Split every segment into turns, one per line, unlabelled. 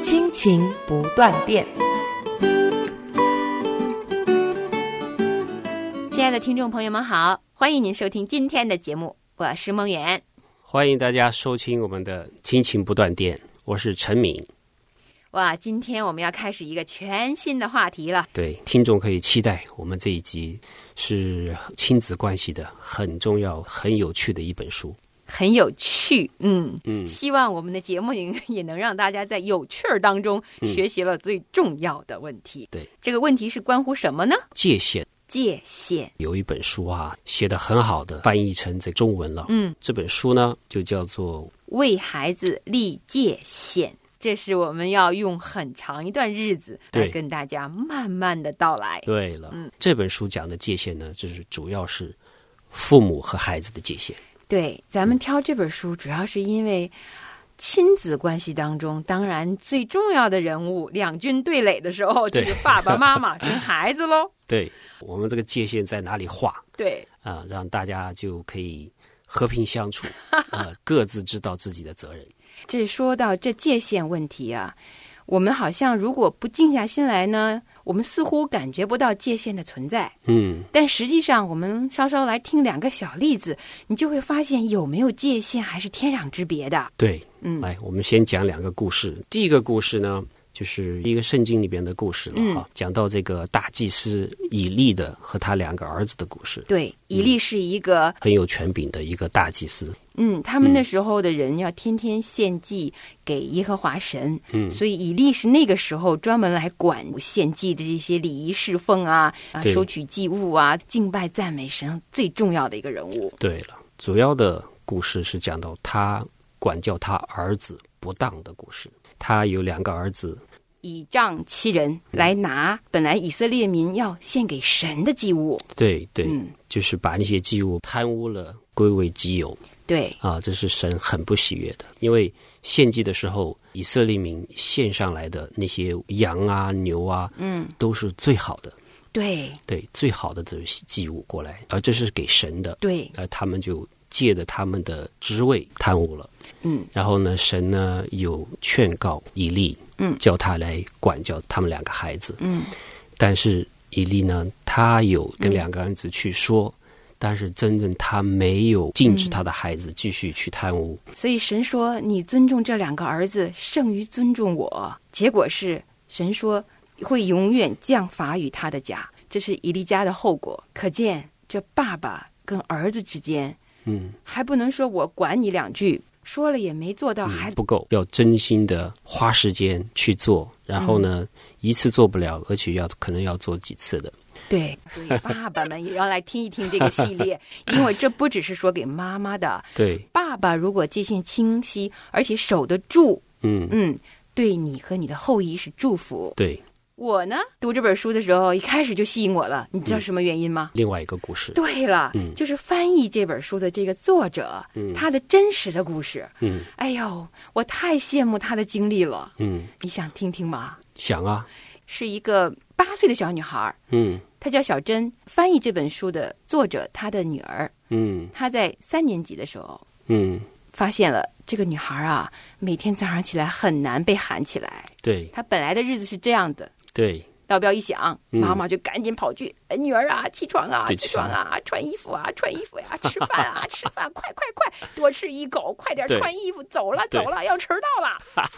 亲情不断电，
亲爱的听众朋友们好，欢迎您收听今天的节目，我是梦圆。
欢迎大家收听我们的《亲情不断电》，我是陈敏。
哇，今天我们要开始一个全新的话题了。
对，听众可以期待我们这一集是亲子关系的很重要、很有趣的一本书。
很有趣，嗯，
嗯
希望我们的节目也也能让大家在有趣儿当中学习了最重要的问题。
对，
这个问题是关乎什么呢？
界限
界限。
有一本书啊，写的很好的，翻译成这中文了。
嗯，
这本书呢就叫做
为孩子立界限，这是我们要用很长一段日子来
对
跟大家慢慢的道来。
对了。
嗯
这本书讲的界限呢，就是主要是父母和孩子的界限。
对，咱们挑这本书主要是因为亲子关系当中，当然最重要的人物，两军对垒的时候，就
对
是爸爸妈妈跟孩子喽。
对我们这个界限在哪里画？
对，
啊、让大家就可以和平相 处，啊，各自知道自己的责任。
这说到这界限问题啊，我们好像如果不静下心来呢，我们似乎感觉不到界限的存在。
嗯，
但实际上，我们稍稍来听两个小例子，你就会发现有没有界限还是天壤之别的。
对，
嗯
来，我们先讲两个故事。第一个故事呢，就是一个圣经里边的故事了
嗯
哈、讲到这个大祭司以利的和他两个儿子的故事，
对，以利是一个
很有权柄的一个大祭司。
嗯，他们那
嗯
时候的人要天天献祭给耶和华神，
嗯
所以以利是那个时候专门来管献祭的这些礼仪侍奉啊，啊，
对
收取祭物啊，敬拜赞美神最重要的一个人物。
对了，主要的故事是讲到他管教他儿子不当的故事。他有两个儿子，
以仗欺
嗯
人，来拿本来以色列民要献给神的祭物。
对对，
嗯，
就是把那些祭物贪污了，归为己有。
对，
啊，这是神很不喜悦的，因为献祭的时候，以色列民献上来的那些羊啊、牛啊，
嗯，
都是最好的，
对，
对，最好的这些祭物过来，而这是给神的，
对，
而他们就借着他们的职位贪污了。
嗯，
然后呢，神呢有劝告以利，
嗯
叫他来管教他们两个孩子，
嗯，
但是以利呢，他有跟两个儿子去说。但是真正他没有禁止他的孩子继续去贪污，
所以神说：“你尊重这两个儿子，胜于尊重我。”结果是神说会永远降罚于他的家，这是以利家的后果。可见这爸爸跟儿子之间
嗯，
还不能说我管你两句，说了也没做到，还
嗯不够，要真心的花时间去做，然后呢，
嗯
一次做不了，而且要可能要做几次的。
对。所以爸爸们也要来听一听这个系列，因为这不只是说给妈妈的，
对，
爸爸如果界限清晰，而且守得住，
嗯，
嗯，对你和你的后裔是祝福。
对。
我呢，读这本书的时候，一开始就吸引我了。你知道什么原因吗？
另外一个故事，
对了，
嗯
就是翻译这本书的这个作者，他的真实的故事。
嗯
哎呦，我太羡慕他的经历了。
嗯，
你想听听吗？
想啊，
是一个八岁的小女孩，
嗯
她叫小珍。翻译这本书的作者，她的女儿，
嗯
她在三年级的时候
嗯，
发现了这个女孩啊，每天早上起来很难被喊起来。
对
她本来的日子是这样的，
对
闹表一响，
嗯
妈妈就赶紧跑去，哎女儿啊，起床啊，
对
起床啊，穿衣服啊，穿衣服呀、吃饭 啊，吃饭，快快快，多吃一口，快点
对
穿衣服，走了走
对
了，要迟到了。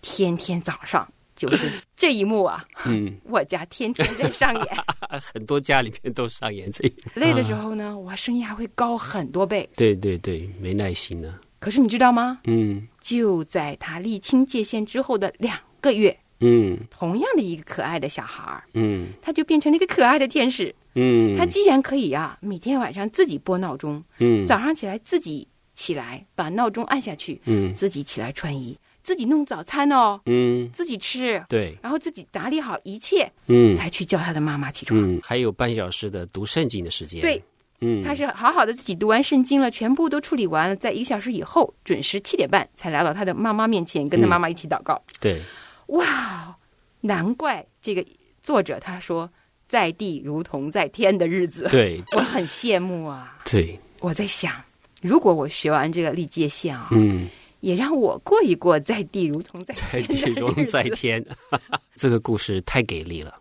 天天早上 就是这一幕啊，
嗯，
我家天天在上演。
啊很多家里面都上演这个，
累的时候呢，我声音还会高很多倍。
对对对，没耐心呢，
可是你知道吗？
嗯
就在他沥青界限之后的两个月，
嗯
同样的一个可爱的小孩儿，
嗯
他就变成了一个可爱的天使。
嗯，
他居然可以呀、每天晚上自己拨闹钟，
嗯
早上起来自己起来把闹钟按下去，
嗯
自己起来穿衣，自己弄早餐哦，
嗯，
自己吃，
对，
然后自己打理好一切，
嗯
才去叫他的妈妈起床。
嗯，还有半小时的读圣经的时间。
对，
嗯，
他是好好的自己读完圣经了，全部都处理完了，在一个小时以后，准时七点半才来到他的妈妈面前，跟他
嗯
妈妈一起祷告。
对，
哇，难怪这个作者他说“在地如同在天”的日子，
对，
我很羡慕啊！
对，
我在想，如果我学完这个历界线啊，
嗯，
也让我过一过“在地如同在
在
天的日
地
子”，
中在天， 这个故事太给力了。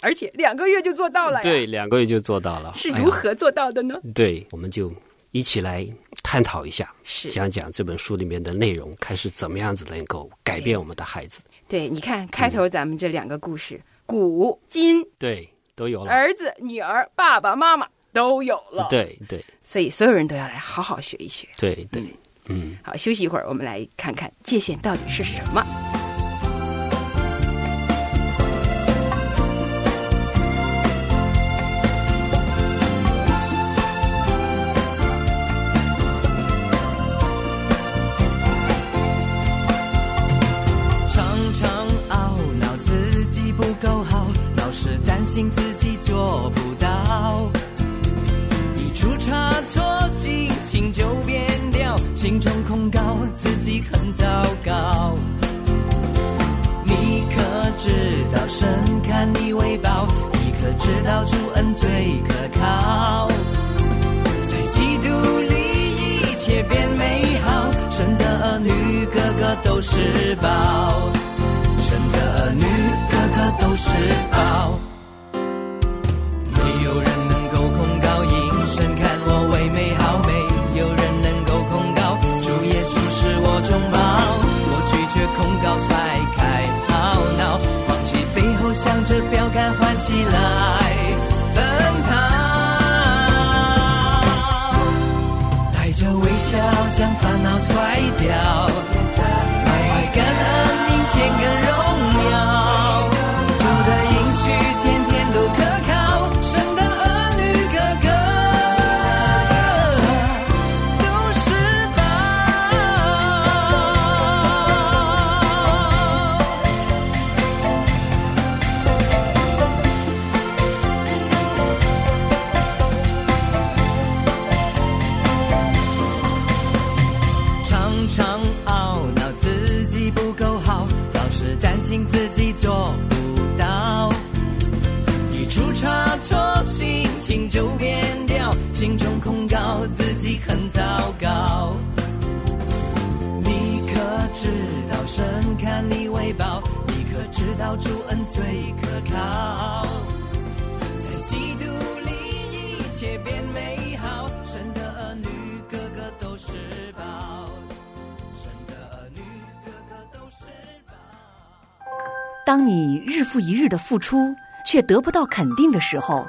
而且两个月就做到了呀！
对，，两个月就做到了，
是
哎呀
如何做到的呢？
对，我们就一起来探讨一下，
是
讲讲这本书里面的内容，看是怎么样子能够改变我们的孩子。
对，你看开头咱们这两个故事，古今
对，都有了。
儿子、女儿、爸爸妈妈都有了，，
对对
所以所有人都要来好好学一学。
对对，嗯，
好，休息一会儿，我们来看看界限到底是什么。
常常懊恼自己不够好，老是担心自己做不到。一出差错，心情就变掉，心中控告自己很糟糕。你可知道神看你为宝？你可知道主恩最可靠？在基督里一切变美好，神的儿女个个都是宝，神的儿女个个都是宝。没有人能够控告因神看我为美好，没有人能够控告主耶稣是我中保，我拒绝控告甩开懊恼，放弃背后向着标杆欢喜来奔跑。带着微笑将烦恼甩掉，怀感恩明天更荣耀。主的应许天天都可靠，神的儿女个个都是宝。常常懊恼自己不够好，老是担心自己做不到。一出差错，心情就变掉，心中控告自己很糟糕。你可知道神看你为宝？你可知道主恩最可靠？在基督里一切变美好，神的儿女个个都是宝，神的儿女个个都是宝。
当你日复一日的付出却得不到肯定的时候，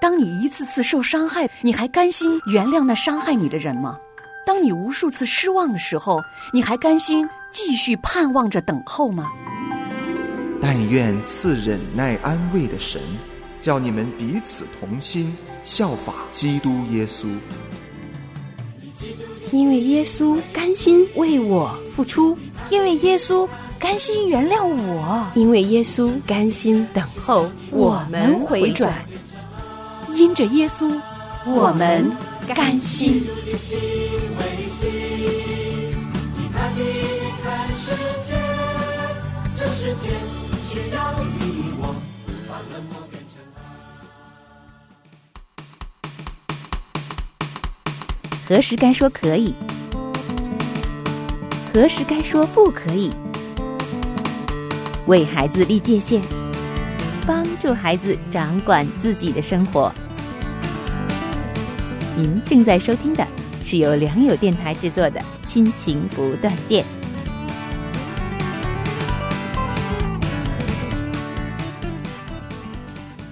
当你一次次受伤害，你还甘心原谅那伤害你的人吗？当你无数次失望的时候，你还甘心继续盼望着等候吗？
但愿赐忍耐安慰的神，叫你们彼此同心，效法基督耶稣。
因为耶稣甘心为我付出，因为耶稣甘心原谅我，
因为耶稣甘心等候我们回转，
因着耶稣，我们
甘心。
何时该说可以，何时该说不可以，为孩子立界限，帮助孩子掌管自己的生活。您正在收听的是由良友电台制作的《亲情不断电》。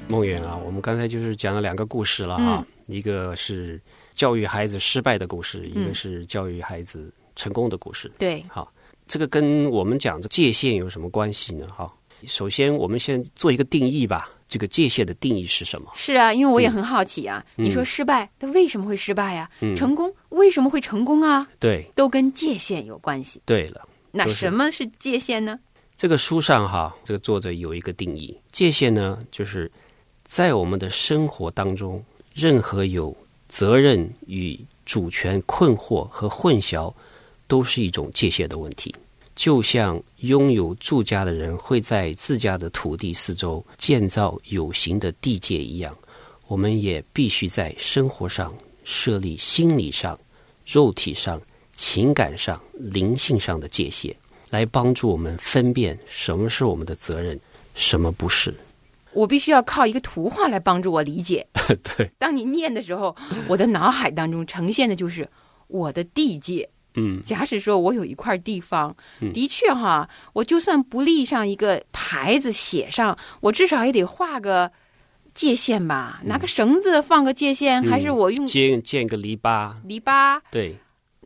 梦远啊，我们刚才就是讲了两个故事了哈，一个是教育孩子失败的故事，一个是教育孩子成功的故事。
对，
好，这个跟我们讲这界限有什么关系呢？哈，首先我们先做一个定义吧，这个界限的定义是什么？
是啊，因为我也很好奇啊。
嗯
你说失败，它为什么会失败呀、
嗯
成功为什么会成功啊？
对，
都跟界限有关系。
对了，
那
都是
什么是界限呢？
这个书上哈，这个作者有一个定义，界限呢，就是在我们的生活当中，任何有责任与主权困惑和混淆，都是一种界限的问题。就像拥有住家的人会在自家的土地四周建造有形的地界一样，我们也必须在生活上设立心理上、肉体上、情感上、灵性上的界限，来帮助我们分辨什么是我们的责任，什么不是。
我必须要靠一个图画来帮助我理 解。
对，
当你念的时候，我的脑海当中呈现的就是我的地界。
嗯
假使说我有一块地方，
嗯
的确哈，我就算不立上一个牌子写上，我至少也得画个界限吧，拿个绳子放个界限，还是我用
嗯建建个篱笆？
篱笆？
对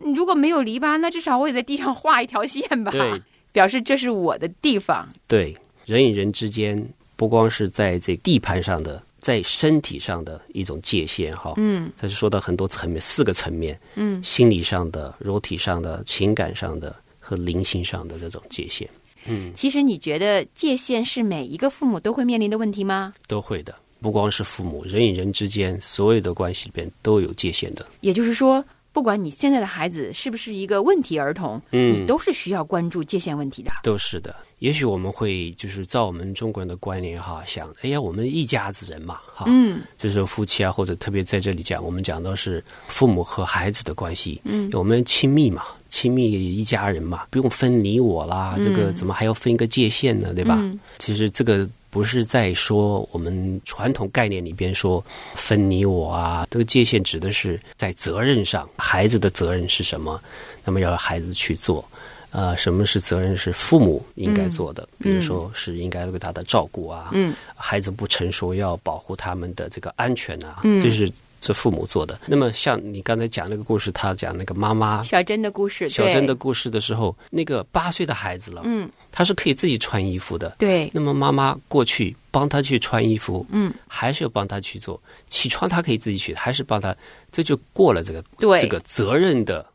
你如果没有篱笆，那至少我也在地上画一条线吧，
对
表示这是我的地方。
对，人与人之间不光是在这地盘上的，在身体上的一种界限哈。
嗯
它是说到很多层面，四个层面，
嗯
心理上的、肉体上的、情感上的和灵性上的这种界限，嗯，
其实你觉得界限是每一个父母都会面临的问题吗？
都会的。不光是父母，人与人之间所有的关系里边都有界限的。
也就是说，不管你现在的孩子是不是一个问题儿童，
嗯啊
你都是需要关注界限问题的。
都是的。也许我们会就是照我们中国人的观念哈，想哎呀，我们一家子人嘛哈，
嗯，
这时候夫妻啊，或者特别在这里讲，我们讲到是父母和孩子的关系，
嗯
我们亲密嘛，亲密一家人嘛，不用分你我啦，
嗯
这个怎么还要分一个界限呢？对吧？
嗯
其实这个。不是在说我们传统概念里边说分你我啊，这个界限指的是在责任上，孩子的责任是什么，那么要孩子去做。呃，什么是责任是父母应该做的，
嗯
比如说是应该对他的照顾啊，
嗯
孩子不成熟要保护他们的这个安全啊，
嗯
这是这父母做的。那么像你刚才讲那个故事，他讲那个妈妈
小珍的故事，
啊小珍的
对，
啊故事的时候，那个八岁的孩子了，
嗯，
他是可以自己穿衣服的，
对，
那么妈妈过去帮他去穿衣服，
嗯，
还是要帮他去做起床，他可以自己去，还是帮他，这就过了这个
对
这个责任的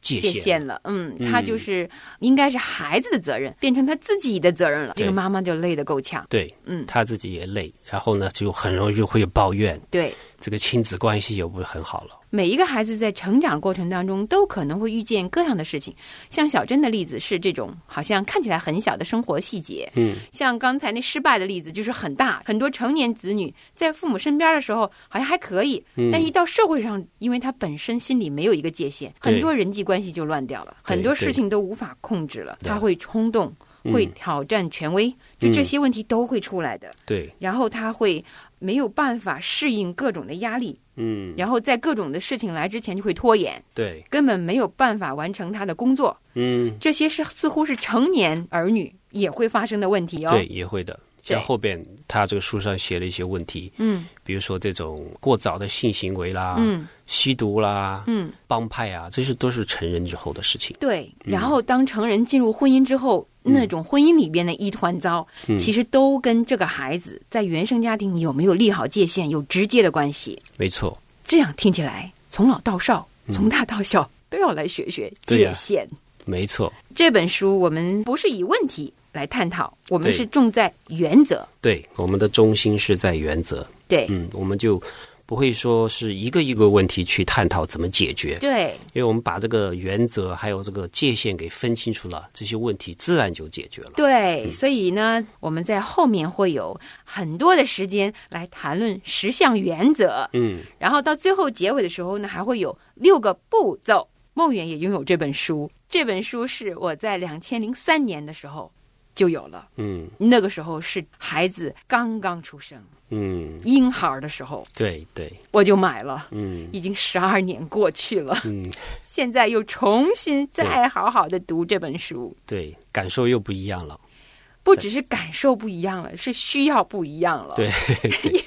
界
界
限。
限了，嗯，
嗯
他就是应该是孩子的责任，变成他自己的责任了，这
对
个妈妈就累得够呛。
对，
嗯
他自己也累，然后呢，就很容易会有抱怨，
对，
这个亲子关系也不是很好了。
每一个孩子在成长过程当中都可能会遇见各样的事情，像小珍的例子是这种好像看起来很小的生活细节，
嗯，
像刚才那失败的例子就是很大，很多成年子女在父母身边的时候好像还可以，
嗯
但一到社会上，因为他本身心里没有一个界限，
对
很多人际关系就乱掉了，
对
很多事情都无法控制了，
对
他会冲动，
嗯
会挑战权威，就这些问题都会出来的。
对，
然后他会没有办法适应各种的压力，
嗯，
然后在各种的事情来之前就会拖延，
对，
根本没有办法完成他的工作。
嗯，
这些是似乎是成年儿女也会发生的问题哦。
对，也会的。像
对
后边他这个书上写了一些问题，
嗯
比如说这种过早的性行为啦，
嗯，
吸毒啦，
嗯，
帮派啊，这些都是成人之后的事情。
对，
嗯
然后当成人进入婚姻之后，那种婚姻里边的一团糟，
嗯
其实都跟这个孩子在原生家庭有没有立好界限有直接的关系。
没错，
这样听起来，从老到少，
嗯
从大到小，都要来学学
对呀
界限。
没错，
这本书我们不是以问题来探讨，我们
对
是重在原则。
对，我们的中心是在原则。
对
嗯，我们就不会说是一个一个问题去探讨怎么解决。
对，
因为我们把这个原则还有这个界限给分清楚了，这些问题自然就解决了。
对，所以呢，我们在后面会有很多的时间来谈论十项原则，
嗯，
然后到最后结尾的时候呢，还会有六个步骤。梦圆也拥有这本书，这本书是我在两千零三年的时候就有了，
嗯
那个时候是孩子刚刚出生
嗯，
婴孩儿的时候，
对对，
我就买了，
嗯
已经十二年过去了，
嗯，
现在又重新再
对
好好的读这本书，
对，感受又不一样了。
不
在
只是感受不一样了，是需要不一样了。
对，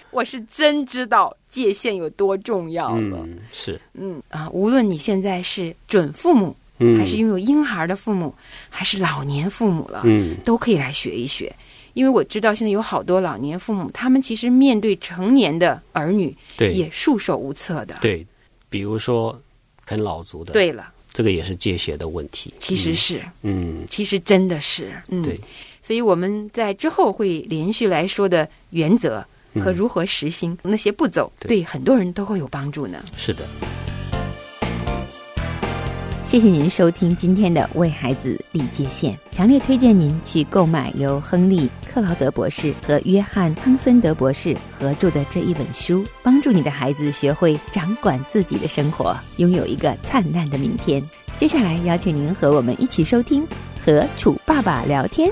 我是真知道界限有多重要了。
嗯，是，
嗯啊，无论你现在是准父母，
嗯
还是拥有婴孩的父母，还是老年父母了，
嗯
都可以来学一学。因为我知道现在有好多老年父母，他们其实面对成年的儿女，
对
也束手无策的。
对，比如说啃老族的，
对了，
这个也是戒邪的问题。
其实是，
嗯，
其实真的是，嗯，
对，
所以我们在之后会连续来说的原则
嗯
和如何实行那些步骤，
对
对很多人都会有帮助呢。
是的。
谢谢您收听今天的《为孩子立界限》，强烈推荐您去购买由亨利·克劳德博士和约翰·康森德博士合著的这一本书，帮助你的孩子学会掌管自己的生活，拥有一个灿烂的明天。接下来邀请您和我们一起收听和楚爸爸聊天。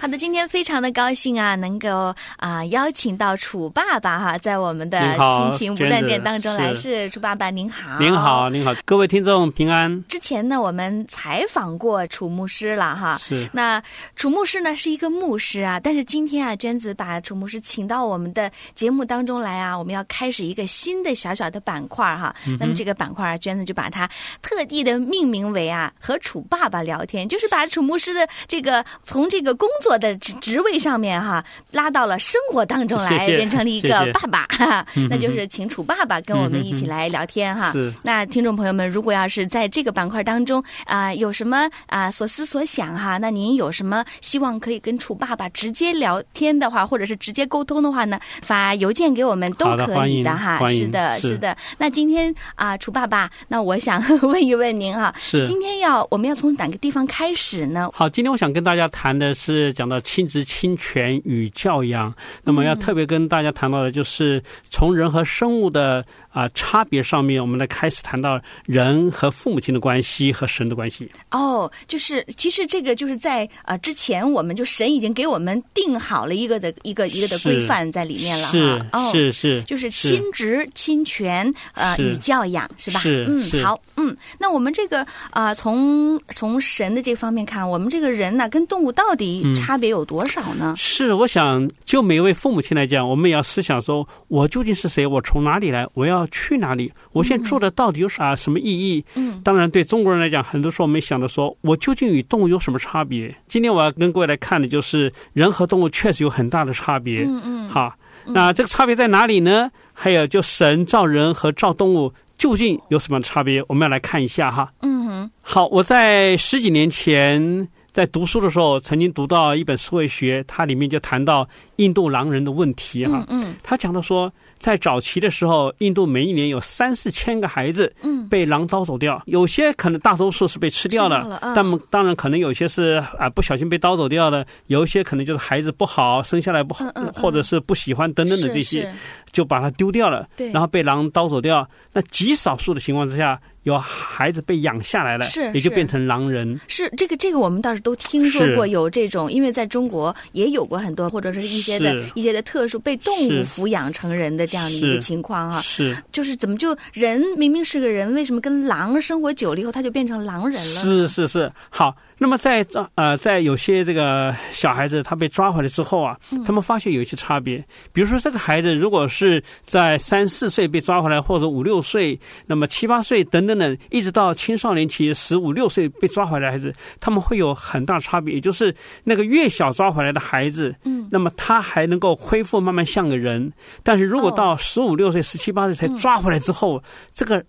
好的，今天非常的高兴啊，能够啊、邀请到楚爸爸哈、在我们的
您好
亲情不断
娟
电
子
当中来，
是
是楚爸爸您好，
您好，。您
啊
好，各位听众平安。
之前呢，我们采访过楚牧师了哈。
是
那楚牧师呢是一个牧师啊，但是今天啊，娟子把楚牧师请到我们的节目当中来啊，我们要开始一个新的小小的板块儿哈。
嗯哼
那么这个板块啊，娟子就把它特地的命名为啊和楚爸爸聊天，就是把楚牧师的这个从这个工作的职职位上面哈、拉到了生活当中来，
谢谢
变成了一
谢
个
谢
爸爸， 哈哈
嗯哼
那就是请楚爸爸跟我们一起
嗯哼
来聊天哈。
是
那听众朋友们，如果要是在这个板块当中啊、有什么啊、所思所想哈，那您有什么希望可以跟楚爸爸直接聊天的话，或者是直接沟通的话呢，发邮件给我们都
好的
可
欢
以
迎
哈。
欢
是
迎
的，
是
是的。那今天啊、楚爸爸，那我想 问一问您哈，
是
今天要我们要从哪个地方开始呢？
好，今天我想跟大家谈的是讲到亲职、亲权与教养。那么要特别跟大家谈到的就是从人和生物的啊、差别上面，我们来开始谈到人和父母亲的关系和神的关系。
哦，就是其实这个就是在呃之前，我们就神已经给我们定好了一个的一个一个的
是
规范在里面了
是
哈。哦，
是是
就是
是
亲职、亲权呃
是
与教养是吧？
是
嗯，
是
好，嗯，那我们这个啊、呃从从神的这方面看，我们这个人呢、跟动物到底
嗯
差别有多少呢？
是，我想就每一位父母亲来讲，我们也要思想说，我究竟是谁？我从哪里来？我要去哪里？我现在做的到底有啥、什么意义？
嗯，
当然，对中国人来讲，很多时候我们想着说，我究竟与动物有什么差别？今天我要跟各位来看的就是，人和动物确实有很大的差别。
嗯嗯
好，那这个差别在哪里呢？还有就神造人和造动物究竟有什么差别？我们要来看一下哈。
嗯哼，
好，我在十几年前在读书的时候，曾经读到一本社会学，它里面就谈到印度狼人的问题哈。
嗯嗯
他讲到说，在早期的时候，印度每一年有三四千个孩子
嗯
被狼叼走掉，有些可能大多数是被吃掉
吃掉了
了，
嗯
但当然可能有些是啊、不小心被叼走掉了，有一些可能就是孩子不好，生下来不好，
嗯嗯嗯
或者是不喜欢等等的
是
这些。
是
就把它丢掉了，
对
然后被狼叼走掉。那极少数的情况之下，有孩子被养下来了，
是
也就是变成狼人。
是这个，这个我们倒是都听说
是
过有这种，因为在中国也有过很多，或者是一些的
是
一些的特殊被动物
是
抚养成人的这样的一个
是
情况啊。
是
就是怎么就人明明是个人，为什么跟狼生活久了以后，他就变成狼人了？
是是是，好。那么在抓呃，在有些这个小孩子他被抓回来之后啊，他们发现有一些差别。比如说，这个孩子如果是在三四岁被抓回来，或者五六岁，那么七八岁等等等，一直到青少年期十五六岁被抓回来的孩子，他们会有很大差别。也就是那个越小抓回来的孩子，
嗯，
那么他还能够恢复慢慢像个人。但是如
哦
果到十五六岁、十七八岁才抓回来之后，这个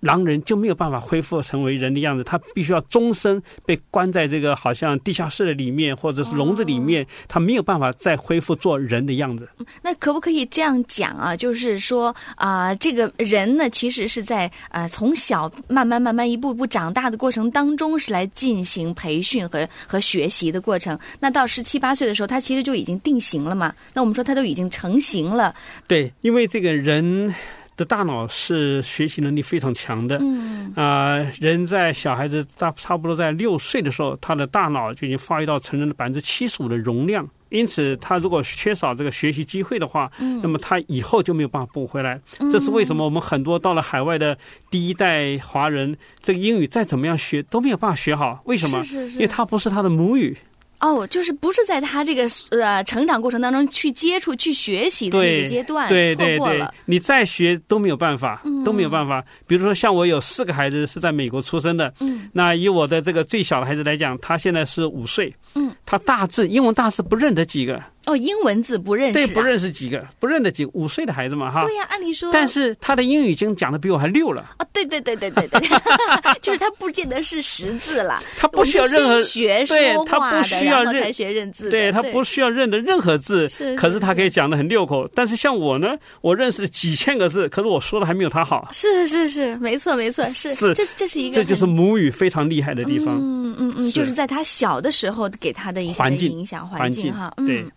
狼人就没有办法恢复成为人的样子，他必须要终身被关在这个好像地下室的里面，或者是笼子里面，他没有办法再恢复做人的样子。
那可不可以这样讲啊？就是说啊、这个人呢，其实是在呃从小慢慢慢慢一步步长大的过程当中，是来进行培训和和学习的过程。那到十七八岁的时候，他其实就已经定型了嘛。那我们说他都已经成型了，
对，因为这个人的大脑是学习能力非常强的，
嗯
啊、人在小孩子大差不多在六岁的时候，他的大脑就已经发育到成人的百分之七十五的容量。因此，他如果缺少这个学习机会的话，
嗯
那么他以后就没有办法补回来。
嗯
这是为什么我们很多到了海外的第一代华人，这个英语再怎么样学都没有办法学好。为什么？
是是是
因为它不是他的母语。
哦，就是不是在他这个呃成长过程当中去接触、去学习的那
对
个阶段
对
错
对
过
对
了。，
你再学都没有办法，
嗯
都没有办法。比如说，像我有四个孩子是在美国出生的，
嗯
那以我的这个最小的孩子来讲，他现在是五岁，
嗯，
他大字英文大字不认得几个，
哦，英文字不认识、
对，
啊，
不认识几个，不认得几个五岁的孩子嘛哈。
对呀、按理说，
但是他的英语已经讲的比我还溜了，
啊，对对对对对对， 就是他不见得是识字了，
他不需要任
我
何
们是先学
对
说
他
话的，
不需要
然后
认
才学认字的，
对
对
他不需要认得任何字，
是
可
是
是他
是
可以讲的很溜口。但是像我呢，我认识了几千个字，可是我说的还没有他好。
是是是，没错没错，是
是
这这是一个
这就是
很
母语非常厉害的地方。
嗯嗯嗯，
是
就是在他小的时候给他的一些
环境
影响
环
境
境
哈，
对
嗯。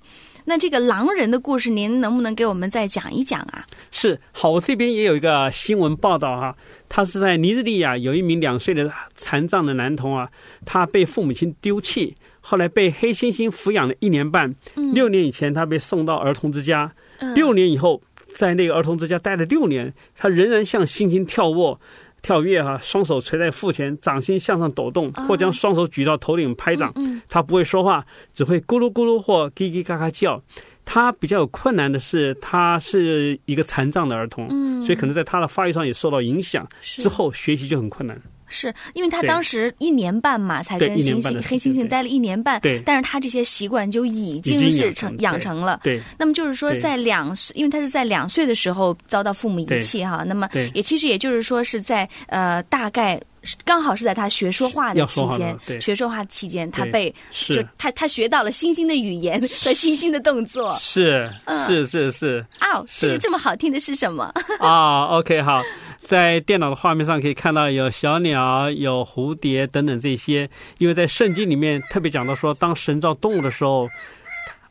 那这个狼人的故事，您能不能给我们再讲一讲啊？
是好，我这边也有一个新闻报道哈、他是在尼日利亚有一名两岁的残障的男童啊，他被父母亲丢弃，后来被黑猩猩抚养了一年半，
嗯
六年以前他被送到儿童之家，
嗯
六年以后在那个儿童之家待了六年，他仍然向猩猩跳卧。跳跃哈、双手垂在腹前，掌心向上抖动，或将双手举到头顶拍掌。
啊嗯
他不会说话，只会咕噜咕噜或叽叽嘎嘎叫。他比较有困难的是，他是一个残障的儿童，
嗯
所以可能在他的发育上也受到影响，
是
之后学习就很困难。
是因为他
对
当时一年半嘛，才
对
跟
一年
猩
半
猩
的
黑
时
猩
间
猩
对
待了一年半，
对
但是他这些习惯就已
已经
是成
养成
养
对
成了。
对，
那么就是说，
对
在两岁，因为他是在两岁的时候遭到父母遗
对
弃哈，那么
对
也其实也就是说是在呃大概是刚好是在他学说话的
要
期
说话
间
了，对
学说话期间他
对
被
是
就他他学到了星星的语言 和星星的动作。
是
嗯
是是是
哦，这个
是
这么好听的是什么？
啊，OK 好，在电脑的画面上可以看到有小鸟、有蝴蝶等等这些，因为在圣经里面特别讲到说，当神造动物的时候。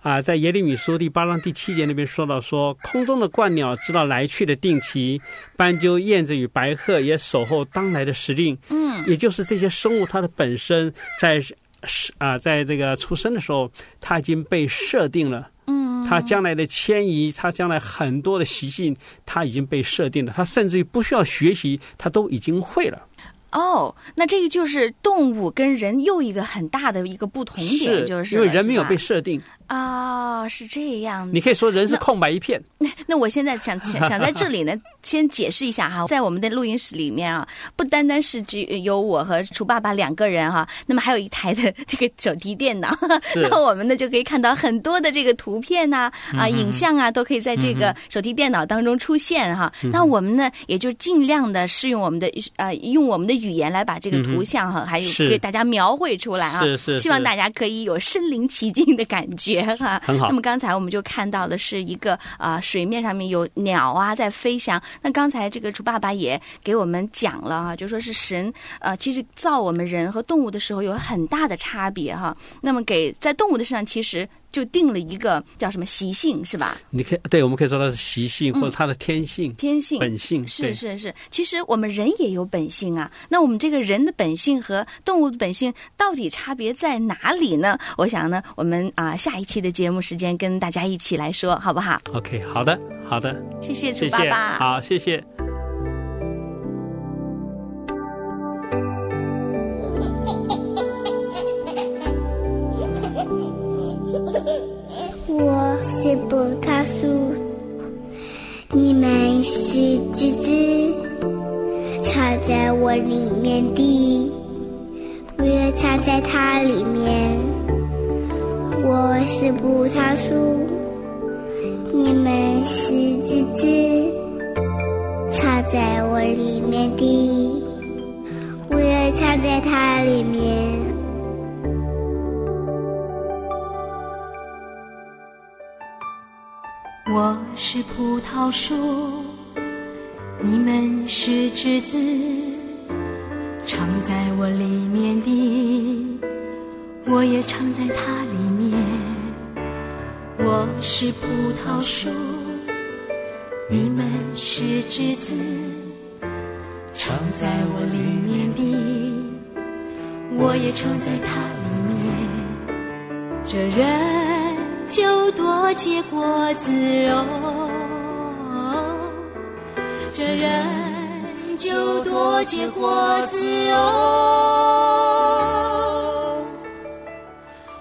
啊，在耶利米书第八章第七节那边说到说，空中的鹳鸟知道来去的定期，斑鸠、燕子与白鹤也守候当来的时令。
嗯
也就是这些生物它的本身在是啊、在这个出生的时候，它已经被设定了。
嗯
它将来的迁移，它将来很多的习性，它已经被设定了，它甚至于不需要学习，它都已经会了。
哦，那这个就是动物跟人又一个很大的一个不同点，就是
因为
了
人
是
没有
吧
被设定，
啊、是这样子。
你可以说人是空白一片。
那我现在想想想在这里呢，先解释一下 哈，在我们的录音室里面啊，不单单是只有我和楚爸爸两个人哈、那么还有一台的这个手提电脑，
是
那我们呢就可以看到很多的这个图片呐、啊、
嗯哼
影像啊，都可以在这个
嗯哼
手提电脑当中出现哈、
嗯哼
那我们呢也就尽量的是用我们的呃用我们的语言来把这个图像哈、还有
是
给大家描绘出来啊，
是是
希望
是
大家可以有身临其境的感觉哈、
很好
那么刚才我们就看到的是一个啊、呃水面上面有鸟啊在飞翔。那刚才这个楚爸爸也给我们讲了啊，就说是神呃，其实造我们人和动物的时候有很大的差别哈、那么给在动物的身上其实就定了一个叫什么习性是吧？
你可以对，我们可以说它是习性或者它的天性、
天嗯性
本性
是
对
是是，其实我们人也有本性啊。那我们这个人的本性和动物的本性到底差别在哪里呢？我想呢，我们啊、下一期的节目时间跟大家一起来说，好不好？
OK，好的，好的，
谢谢楚
谢
爸
谢，
爸
好，谢谢。
我是葡萄树，你们是枝子，藏在我里面的，我也藏在它里面。我是葡萄树，你们是枝子，藏在我里面的，我也藏在它里面。
我是葡萄树，你们是枝子，藏在我里面的，我也藏在它里面。我是葡萄树，你们是枝子，藏在我里面的，我也藏在它里面。这人就多结果子哦肉，这人就多结果子肉。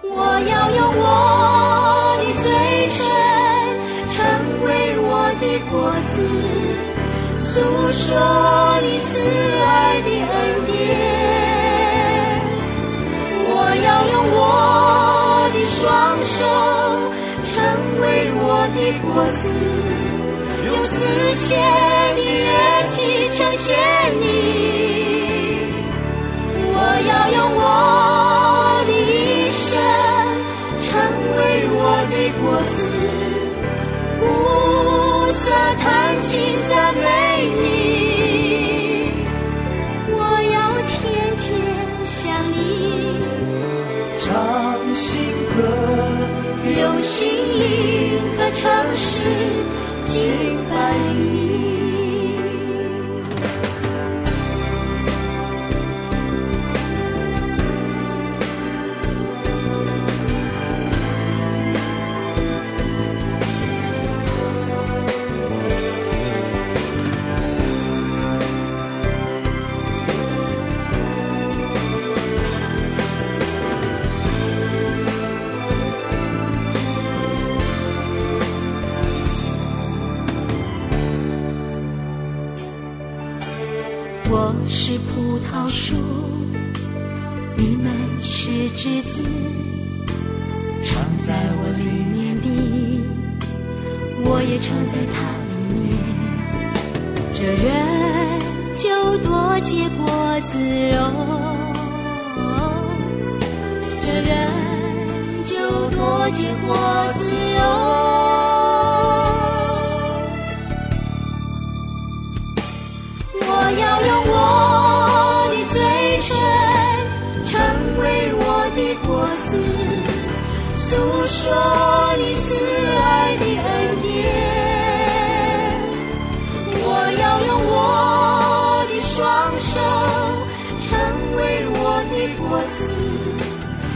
我要用我的嘴唇成为我的果子，诉说你慈爱的恩典。我要用我的果子，用丝线的乐器呈现你。我要用我的一生，成为我的果子，无色弹琴赞美你。我要天天想你。
唱新歌，
用心灵和诚实敬拜你。我是葡萄树，你们是枝子，
藏在我里
里面的我也藏在它里面。这人就多结果子肉，这人就多结果子肉。我要用我的嘴唇成为我的果子，诉说你慈爱的恩典。我要用我的双手成为我的果子，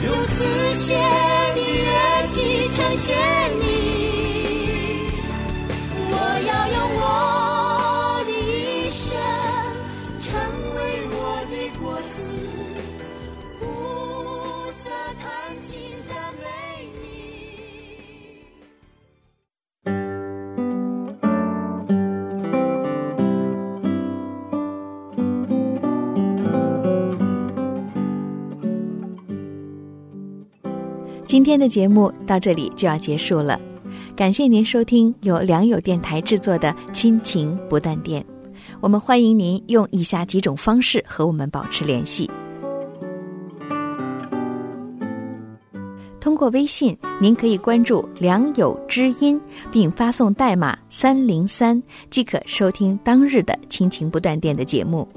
用丝线的乐器呈现你。我要用我的一生成为我的果子，无色弹琴赞美你。
今天的节目到这里就要结束了，感谢您收听由良友电台制作的《亲情不断电》，我们欢迎您用以下几种方式和我们保持联系：通过微信，您可以关注“良友知音”，并发送代码三零三，即可收听当日的《亲情不断电》的节目。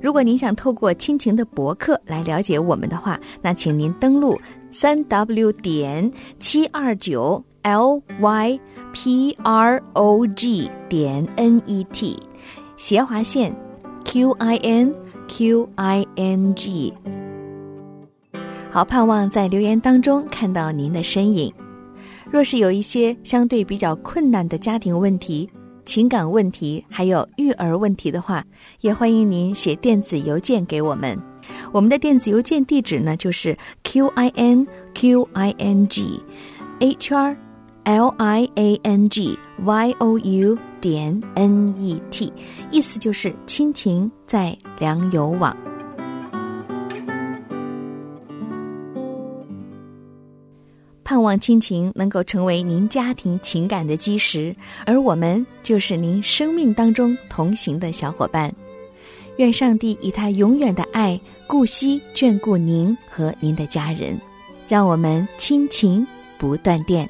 如果您想透过亲情的博客来了解我们的话，那请您登录三 w 点七二九 l y p r o g 点 n e t 斜划线 q i n q i n g。好，盼望在留言当中看到您的身影。若是有一些相对比较困难的家庭问题、情感问题，还有育儿问题的话，也欢迎您写电子邮件给我们。我们的电子邮件地址呢，就是 q i n q i n g h r l i a n g y o u 点 n e t，意思就是亲情在良友网。盼望亲情能够成为您家庭情感的基石，而我们就是您生命当中同行的小伙伴。愿上帝以他永远的爱顾惜眷顾您和您的家人，让我们亲情不断电。